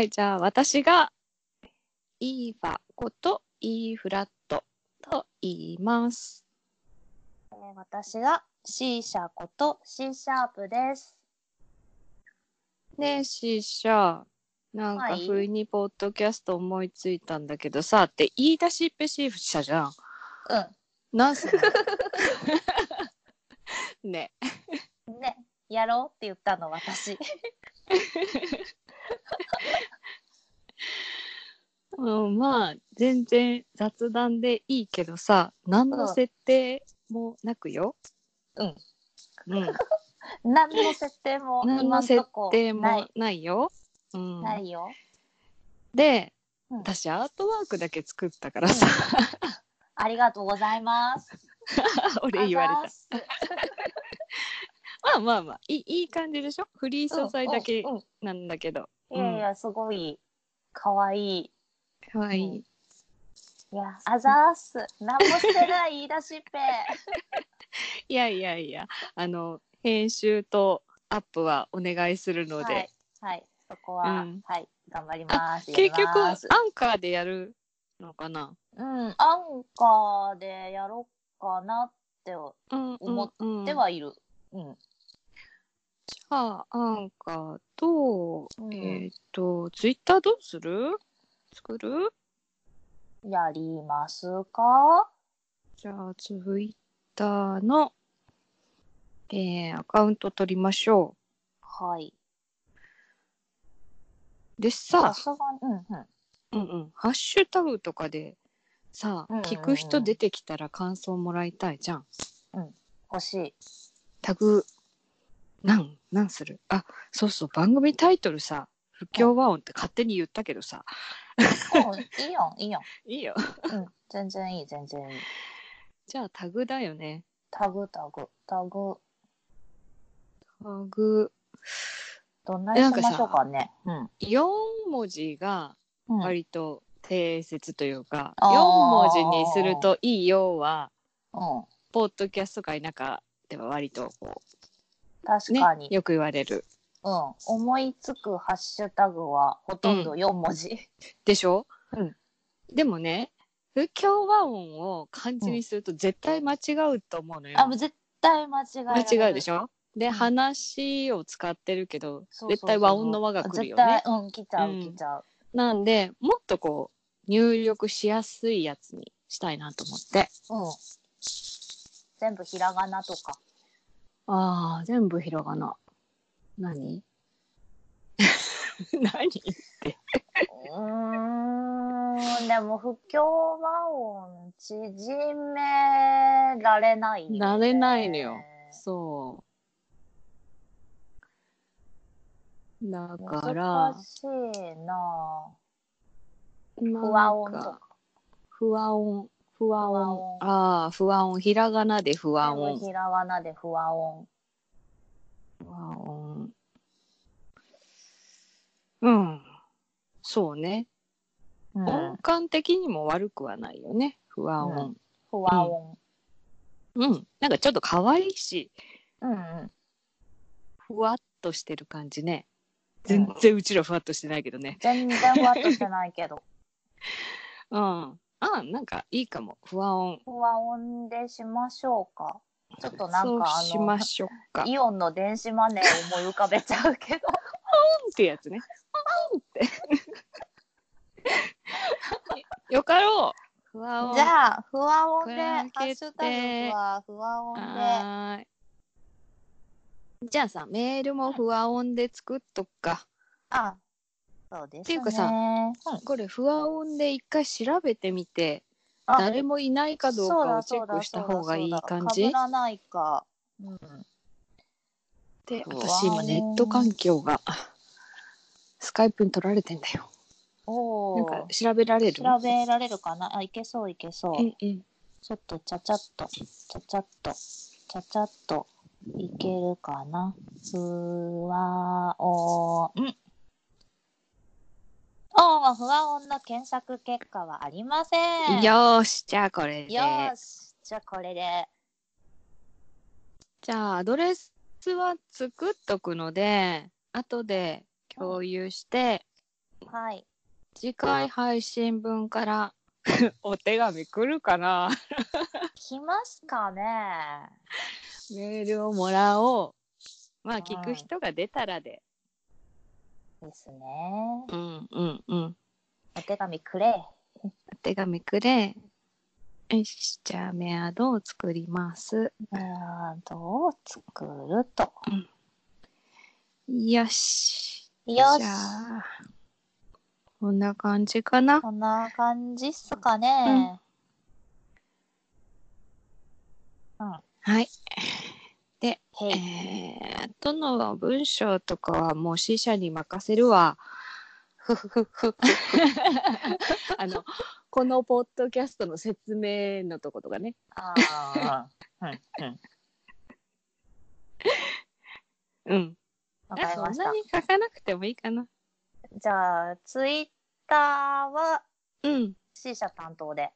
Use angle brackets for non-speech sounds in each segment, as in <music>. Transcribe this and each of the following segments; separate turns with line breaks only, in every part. い。じゃあ、私が、E ファこと、E フラットと言います。
えー私が C シャーこと C シャープです。
ねえ、シーシャー。なん
は
か、
い
不意にポッドキャスト思いついたんだけどさ、って言い出しっぺシーフシャじゃん。なん
<laughs>
すかね
うん。ね、やろうって言ったの私。 <laughs>
うん、まあ全然雑談でいいけどさ何の設定もなくよ。
うん、
うん、
何の設定
<laughs>
も
何
今
の
ん
設
とこ
定
な
も
い。
ないよ。うん、
ないよ。
で、
うん
私アートワークだけ作ったからさ、
ありがとうございます。
<laughs> 俺言われ
あ
た
ざー。す
まあまあまあいいいい感じでしょフリー素材だけ
うんうん
なんだけど。
いやいや、すごい可愛いい。
かわいい。
いや、あざーす。何もしてない言い出しっ
<laughs>
ぺ。
いやいやいやあの編集とアップはお願いするので。
はい。はい。そこは、
うん
はい。頑張ります。やり
結局ア
ま
ン
す
カーでやるのかな、
うん、アンカーでやろうかなって
うん
思
うんうん
ではいる。うん。
じゃあアンカーと、
うん
えっ、とツイッターどうする作る
やりますか
じゃあツイッターの、えーアカウント取りましょ
はい。
うでさ、
さすがに、うんうん。
うんうん、ハッシュタグとかでさ、
うんうんうん
聞く人出てきたら感想もらいたいじゃん
欲しい。
タグなんなんするあそうそう番組タイトルさ「不協和音」って勝手に言ったけどさ
うん、いいよ、 <laughs> いいよ。
いいよ。
うん、全然いい、全然いい。
じゃあタグだよね。
タグ、タグ、タグ、
タグ
どんなにしましょうかね。うん。
4文字が
うん、
割と定説というか、
あー
4文字にするといいよは
うん。
ポッドキャスト界の中では割とこう、
確
ね
かに、
よく言われる
うん。思いつくハッシュタグはほとんど4文字。
でしょ、
うん
でもね不協和音を漢字にすると絶対間違うと思うのよ。
あ、もう絶対間違えられる
間違うでしょで、
うん
話を使ってるけど
そうそう
絶
そう
対和音の和が来るよね。
絶対、うん、来ちゃう、
うん
来ちゃう。
なんでもっとこう入力しやすいやつにしたいなと思って
うん。全部ひらがなとか。
ああ全部ひらがな何 <laughs> 何
うーん、でも不協和音縮められない、
られないのよそうだから
難しいな
不
不和音とか。
不和音不和
不和
音
音
ああ不和音ひらがなで不和
全
音
部ひらがなで不和音。
和音。うん。そうね。
うん
音感的にも悪くはないよね。不和音。
不和音。
うん。なんかちょっと可愛いし、
うんうん。
ふわっとしてる感じね。全然うちらふわっとしてないけどね。
全然ふわっとしてな
<laughs>
いけど。
うん。ああ、なんかいいかも。不和音。
不和音でしましょうか。ちょっとなん
そう
かあ
し
の
ま、しょうか。
イオンの電子マネーを思い浮かべちゃうけ
っ
ど。
てやつね。 <laughs> よかろう。不和音。
じゃあ、不和音
こ
で、
れ
ハ
開けて
ッシュタグは不和音で。
はーい。じゃあさ、メールも不和音で作っとくか。
あ、そうですね。
っていうかさ
うん、
これ不和音で一回調べてみて、
あ
誰もいないかどうかをチェックした方がいい感じ
被らないか。うん。
で、
不和音
私今ネット環境が、スカイプに取られてんだよ。
お
な
お。
んか調べられる
調べられるかなあ、いけそういけそう。
うんうん。
ちょっとちゃちゃっと、ちゃちゃっと、ちゃちゃっと、いけるかなふわおん。おー、不和音の検索結果はありません。
よーし、じゃあこれで。
よーし。じゃあこれで。
じゃあアドレスは作っとくので後で共有して、
はい。
次回配信分から <laughs> お手紙来るかな
来ますかね
<laughs> メールをもらおう。まあ、
うん
聞く人が出たらで。
ですね。
うんうんうん。
お手紙くれ。
お手紙くれ。よし、じゃあメアドを作ります。
メアドを作ると。
よし。
よし
じゃ。あ、こんな感じかな。
こんな感じっすかね。
はい。
へい。
えー、どの文章とかはもう死者に任せるわ。
ふふふふ。
<laughs> あの、このポッドキャストの説明のとことかね。
あ
<laughs>
あ。うんうん。
うん。
わかりまし
そんな
た。
に書かなくてもいいかな。
じゃあ、ツイッターは
うん。
C 社担当で。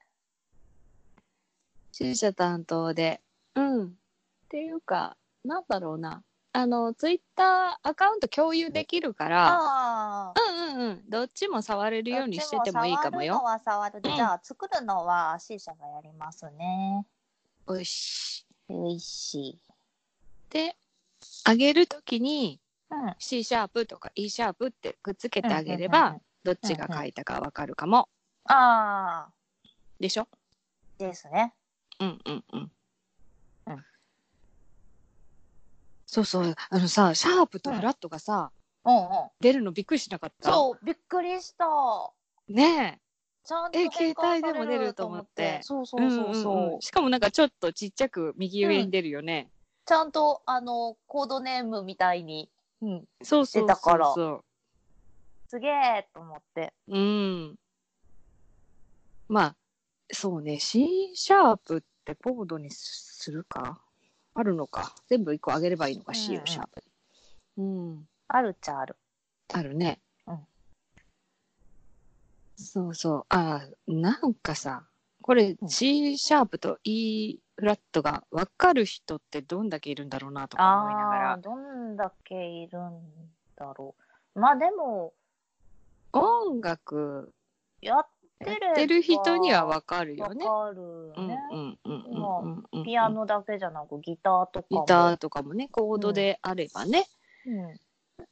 支持者担当で。うん。っていうか、なんだろうな。あの、ツイッターアカウント共有できるから、
ああ。
うんうんうん。どっちも触れるようにしててもいいかもよ。
どっちも触るのは触る。じゃあ、作るのは C 社がやりますね。
よし。
よいし。
で、あげるときに
うん。
C シャープとか E シャープってくっつけてあげれ
うんうんうん
ば
うん、
どっちが書いたかわかるかも。
ああ。
でしょ
ですね。
うんうんうん
うん。
そうそう。あのさ、シャープとフラットがさ、
うんうん。
出るのびっくりしなかった。
そう、びっくりした。
ねえ。
ちゃんと
え
変換
携帯でも
される
出ると思って
そうそうそうそう。
んんんしかもなんかちょっとちっちゃく右上に出るよね。
ちゃんと、あの、コードネームみたいに。うん。
そうそうそうそう。
出たからすげえと思って。
うん。まあ、そうね、C シャープってコードにするか。あるのか。全部一個上げればいいのか、C
うんうん
シャープに。うん。
あるっちゃある。
あるね。
うん
そうそう。あー、なんかさ、これ
うん
C シャープと E フラットが分かる人ってどんだけいるんだろうなとか思いなが
ああ
ら
ー、。どんだけいるんだろう。まあでも、
音楽
やって
や
る
ってる人には分かるよ
わか
ね。う
る
ん
ね。
うんうんうん
まあ
うんうん。
ピアノだけじゃなく、ギターとか
ギ
も。
ターとかもね、コードであればね、
うん。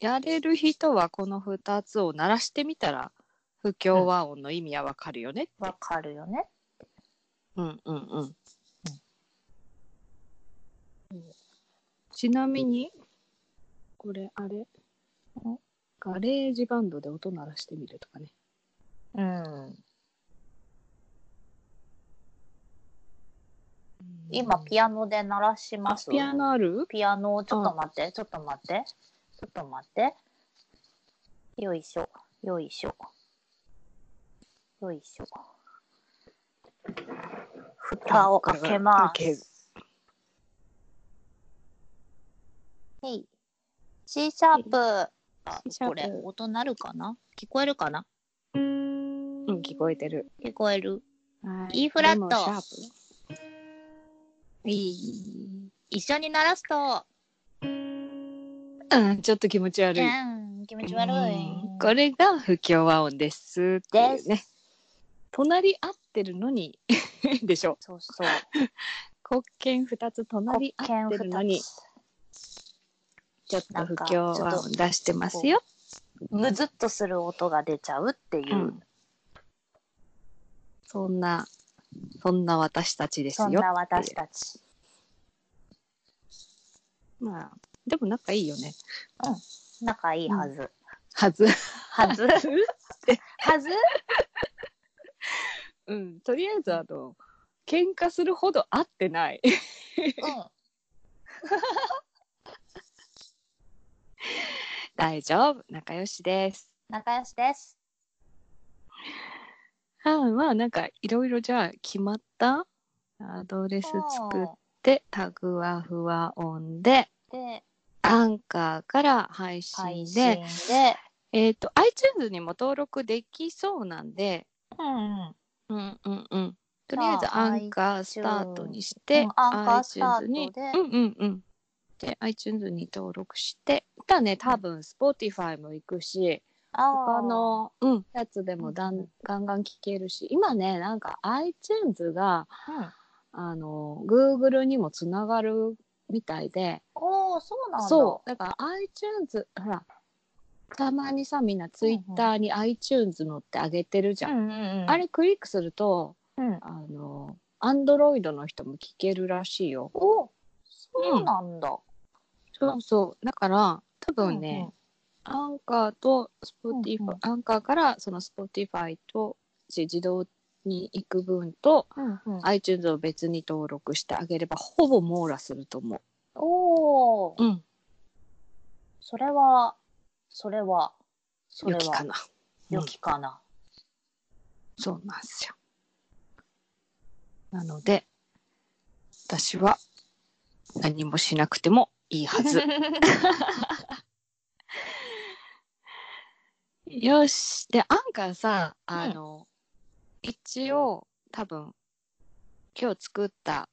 やれる人はこの2つを鳴らしてみたら、不協和音の意味は分かるよねって。
わかるよね。
うんうんうん。ちなみに、これあれガレージバンドで音鳴らしてみるとかね。
うん。今、ピアノで鳴らし
あ
ます。
ピアノある
ピアノをちょっと待って、ちょっと待って、ちょっと待って。よいしょ、よいしょ。よいしょ。蓋を開けま
開ける
す。はい。C シャープ。あ
C シャープ
これ、音鳴るかな聞こえるかな
うん、聞こえてる。
聞こえる。
はい
い E フラット
でもシャープい
一緒に鳴らすと、
うん、ちょっと気持ち悪い。
うん、気持ち悪い。
うんこれが不協和音ですっていう
で
ね。隣合ってるのに <laughs> でしょ。
そうそう。
黒鍵2つ隣合ってるのにちょっと不協和音出してますよ。
むずっとする音が出ちゃうっていう。
うんそんなそんな私たちです
そん
よ。
な私たち。
まあでも仲いいよね。
仲いいはず。
はず。
はずはず
<laughs> うん。とりあえずあの喧嘩するほど合ってない。 <laughs>
う
大丈夫仲良しです。
ん。仲良しです。
はあまあなんかいろいろじゃあ決まったアドレス作っ
うん
てタグはふわ音で
で、
アンカーから配信
配
で
信で。
えっ、と iTunes にも登録できそうなんで
うんうん。
うんうんうんとりあえず
さあ
アンカースタートにし
う
て
んアンカースタート
iTunes に
で
うんうんうんで iTunes に登録してだね多分 Spotify も行くし
あ
他
の、
の、うん、やつでもだ
うんうんん
ガンガン聴けるし今ねなんか iTunes が
うん、
あの Google にもつながるみたいで
おおそうなんだ
そうだから iTunes ほらたまにさみんな Twitter に iTunes のってあげてるじゃん、
んうんうん、
あれクリックすると
うん、
あの Android の人も聴けるらしいよ
おーそうなんだ、
そうそうだから多分ね、
うんうん
アンカーとスポティフ
うんう
ァイ
ん、
アンカーからそのスポティファイと自動に行く分と、
うんうん、
iTunes を別に登録してあげればほぼ網羅すると思
お
う。
お、
うん。
それはそれはそれ
良
は
きかな。
良きかな
そうなんですよ。なので、私は何もしなくてもいいはず。 <laughs> よし。で、アンカーさ、あの、一応、多分、今日作った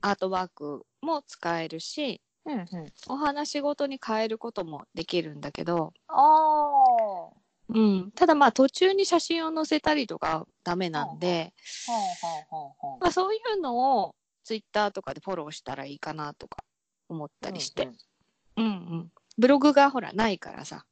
アートワークも使えるし、
うんうん
お話ごとに変えることもできるんだけど、
ああ
うん。ただまあ途中に写真を載せたりとかダメなんで、
はあはあはあ
まあそういうのをツイッターとかでフォローしたらいいかなとか思ったりして。うんうん。ブログがほらないからさ。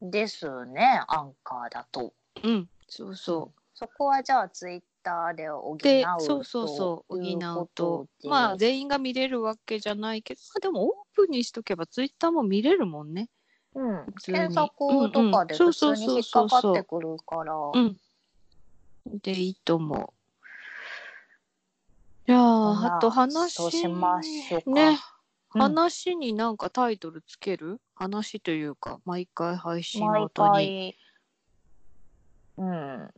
うんですねアンカーだと
うん。そうそう。
そこはじゃあツイッターで補うとい
で
うこ、と
そうそうそう、補うと。
で
まあ、全員が見れるわけじゃないけど、まあ、でもオープンにしとけば、ツイッターも見れるもんね。
うん
普通に
検索とかで
うんうんそう
普通
そう
に
そう
引っ
そう
かかってくるから
うん。で、いいと思う。じゃあ、あと話。
そうしましょうか
ね。
うん
話になんかタイトルつける、話というか、毎回配信
毎
ごとに。
回うん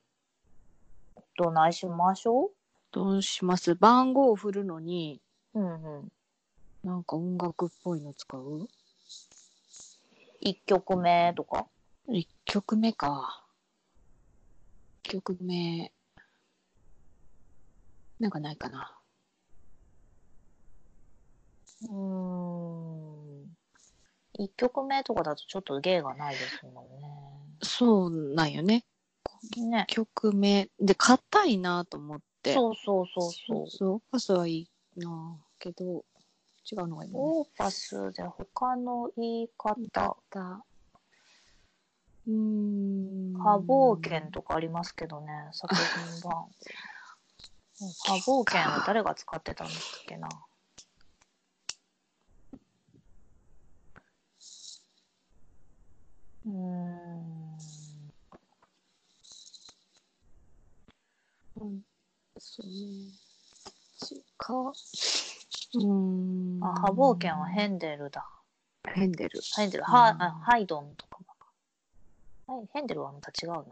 どないしましょ
どうします番号を振るのに、
ううんうん
なんか音楽っぽいの使う
一曲目とか
?1 曲目か。1曲目。なんかないかな。
うーん一曲目とかだとちょっと芸がないですもん
そうなんよね。
ね。ね。
1曲目。で、硬いなと思って。
そうそうそうそう。
そう。パスはいいなけど、違うのがいいね。
オーパスで他の言い方、
た。うーん。
多忙剣とかありますけどね、作品
<laughs>
版。多忙剣は誰が使ってたんですっけな。うーん。
うんそうね。ちか。うーん。
あ、多忙剣はヘンデルだ。
ヘンデル。
ヘンデル、
うん
ハあハイドンとかもはい、ヘンデルはまた違うな。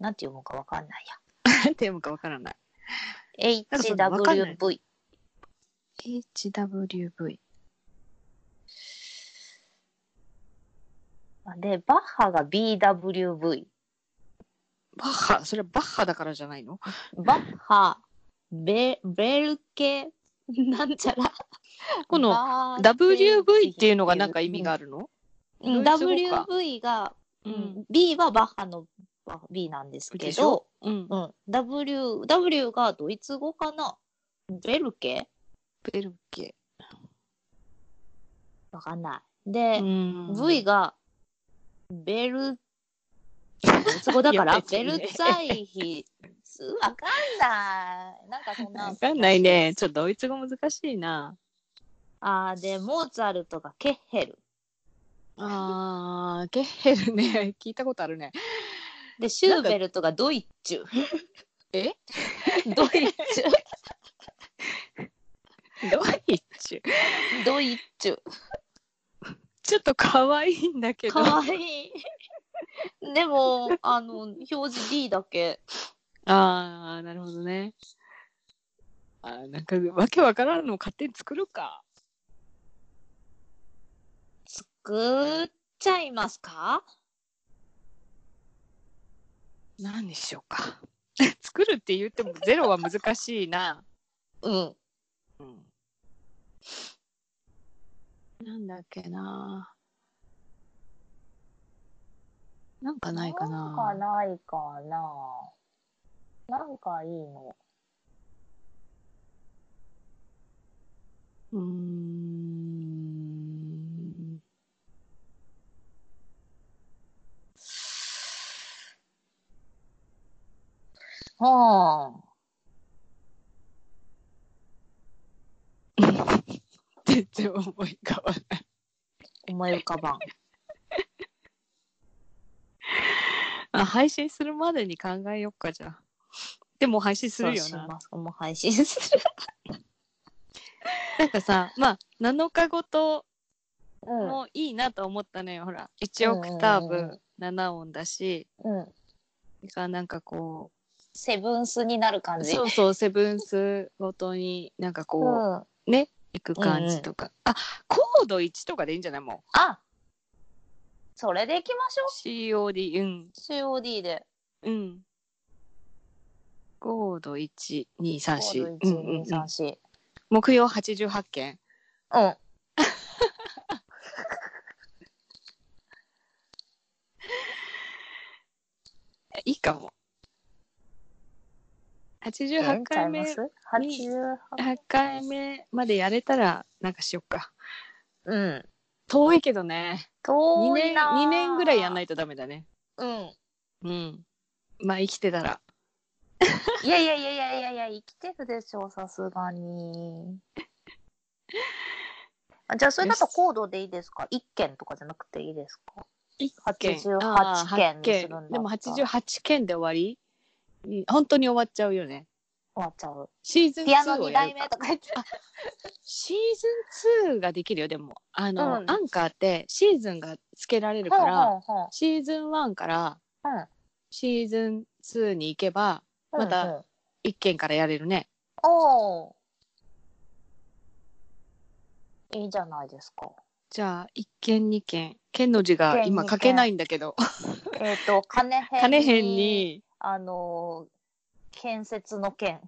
なんて読むかわかんない
なんて読むかわからない。
や。
なんかそんなわかんない
HWV。
HWV。
で、バッハが BWV。
バッハ、それバッハだからじゃないの
バッハ、ベ、ベルケ、なんちゃら。
この WV っていうのがなんか意味があ
る。
るの
うん
ドイツ語か
WV が、
う。
うんん B はバッハのあ B なんですけ
でしょ
ど、
うん。
うん、W、W がドイツ語かなベルケ
ベルケ。
わかんない。で、
ん
V が、ベル、ドイツ語だか
いや
ら、
別
ベ
にね
ルツァイヒ、わかんない。なんかそんな。
わかんないね。ちょっとドイツ語難しいな。
あーで、モーツァルトがケッヘル。
あー、ケッヘルね。聞いたことあるね。
で、シューベルトがドイッチュ。
え
<laughs> ドイッチュ。
ドイツ。
ドイッチ
<laughs>
ュ。
ちょっと可愛いんだけど。
かわいい。でも、あの、表示 D だけ。
ああ、なるほどね。あーなんか、わけわからんのを勝手に作るか。
作っちゃいますか
何にしようか。 <laughs> 作るって言ってもゼロは難しいな。
うん。
うん。なんだっけな。なんかないかな。
なんかないかな。なんかいいの。
うーん。
は
全然思い浮かばない。
あ、思い浮かばん。
あ配信するまでに考えよっかじゃあ。でも配信するよ
そうし
な。
ます。もう配信する。
なんかさ、まあ、7日ごと
うん。
もいいなと思ったのよ。ほら、1オクターブ7音だし、
うん。
がなんかこ
セブンスになる感
う、
じ。
そうそう、セブンスごとになんか
う
こ
ん。
う、ね、いく感じとか。あ、コード1とかでいいんじゃないも
あそれでいきまし
う。
ょ
COD、うん。
う。COD で。
うん。コード1、2、3、
コ
4。
ード1、2、
うんうんうん
3、4。
木曜88件。
うん。
えいいかも。
え
88
ちゃい
回
ま
目
す、?88。
8回目までやれたら、なんかしよっか。
うん。
遠いけどね。2
遠い
年、
な。
2年ぐらいやんないいとダメだね。
うん。
うん。まあ、生きてたら。
いやいやいやいやいやいや、生きてるでしょ、さすがに。あじゃあ、それだとコードでいいですか ?1 件とかじゃなくていいですか88
あー
件に
8
するんだったら
でも88件で終わりい本当に終わっちゃうよね。
終わっちゃう。
シーズン
ピアノ
2を
2
やる
代
か
目とか言って。
シーズン2ができるよ、でも。あの、
うん
アンカーってシーズンがつけられる
ほう
から、
ほうほう
シーズン1から
うん
シーズン2に行けば、
うん
また
うん
1件からやれるね。
おお。いいじゃないですか。
じゃあ、1件、2件。件の字が今
一件二件
書けないんだけど、
えっ、と、金編に。
<laughs> 金編に、
あのー建設の件。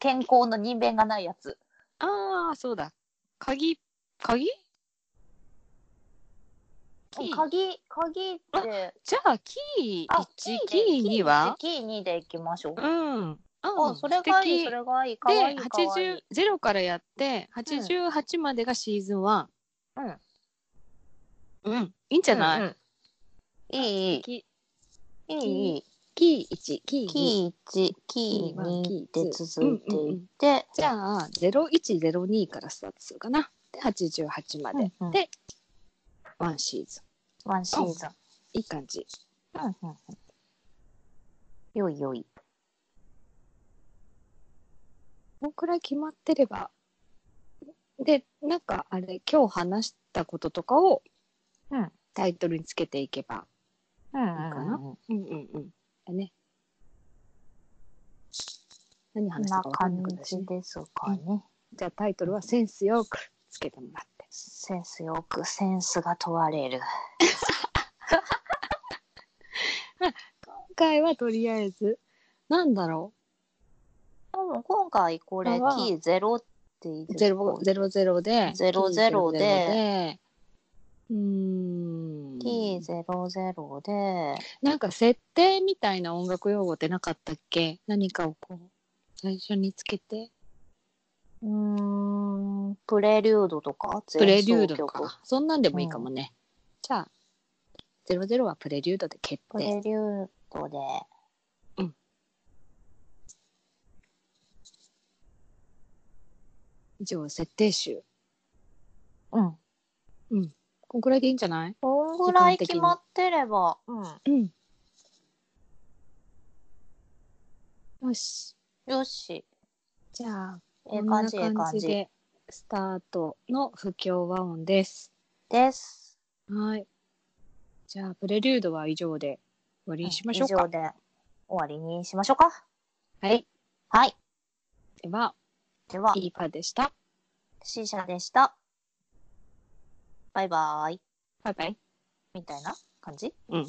健康の人弁がないやつ。
ああ、そうだ。鍵、鍵キー
鍵、鍵って。
じゃあ、キー
あ、
1、
キーで
キー2は
キー1キー2でいきましょう
う。ん。あ
あ、それがいい、
素敵
それがいい。かわいい。
で、
かわいい
80、0からやって、88までがシーズン1。
うん。
うん、いいんじゃない、
うんうんいい、いい。
キ
いい、いい。
キー1、キー2。
キー1、キー2で続いていって、
じゃあ、0102からスタートするかな。で、88まで。
うんうん
で、ワンシーズ
ワンシーズン。
ン。いい感じ。
うんうんうんよいよい。
このくらい決まってれば。で、なんかあれ、今日話したこととかを
うん
タイトルにつけていけば。
うんうん
いいかなうんうんうん。だね。何
こん
話した
な
か分かんな
感
くなるし
じ
ね。
ですかね。
じゃあタイトルはセンスよくつけてもらって。
センスよくセンスが問われる。
今回はとりあえず、なんだろ
多分今回これ
これは
キーゼロって言って
う
た
ゼロゼロゼロで。
ゼロゼロで
キーゼロゼロでうーん。
キーゼロゼロで、
なんか設定みたいな音楽用語ってなかったっけ何かをこう最初につけて
うーん、プレリュードとか
プレリュードと
前奏曲
かそんなんでもいいかもね、じゃあ「00」はプレリュードで決
プ
定
レリュードで、
うん以上設定集
うん。
こんくらいでいいんじゃない
こんぐらい決まってれば、うん。
うんよし
よし。
じゃあこ
ええ
ん
感
な
じ、ええ
感
感
じ
じ。
でスタートの不協和音です
です。
はいじゃあプレリュードは以上で終わりにしましょう
以
か
上で終わりにしましょうか。
はい
はい。
では
では、
いいパでした。
C 社でした。バイバーイ。
バイバイ。
みたいな感じ
うん。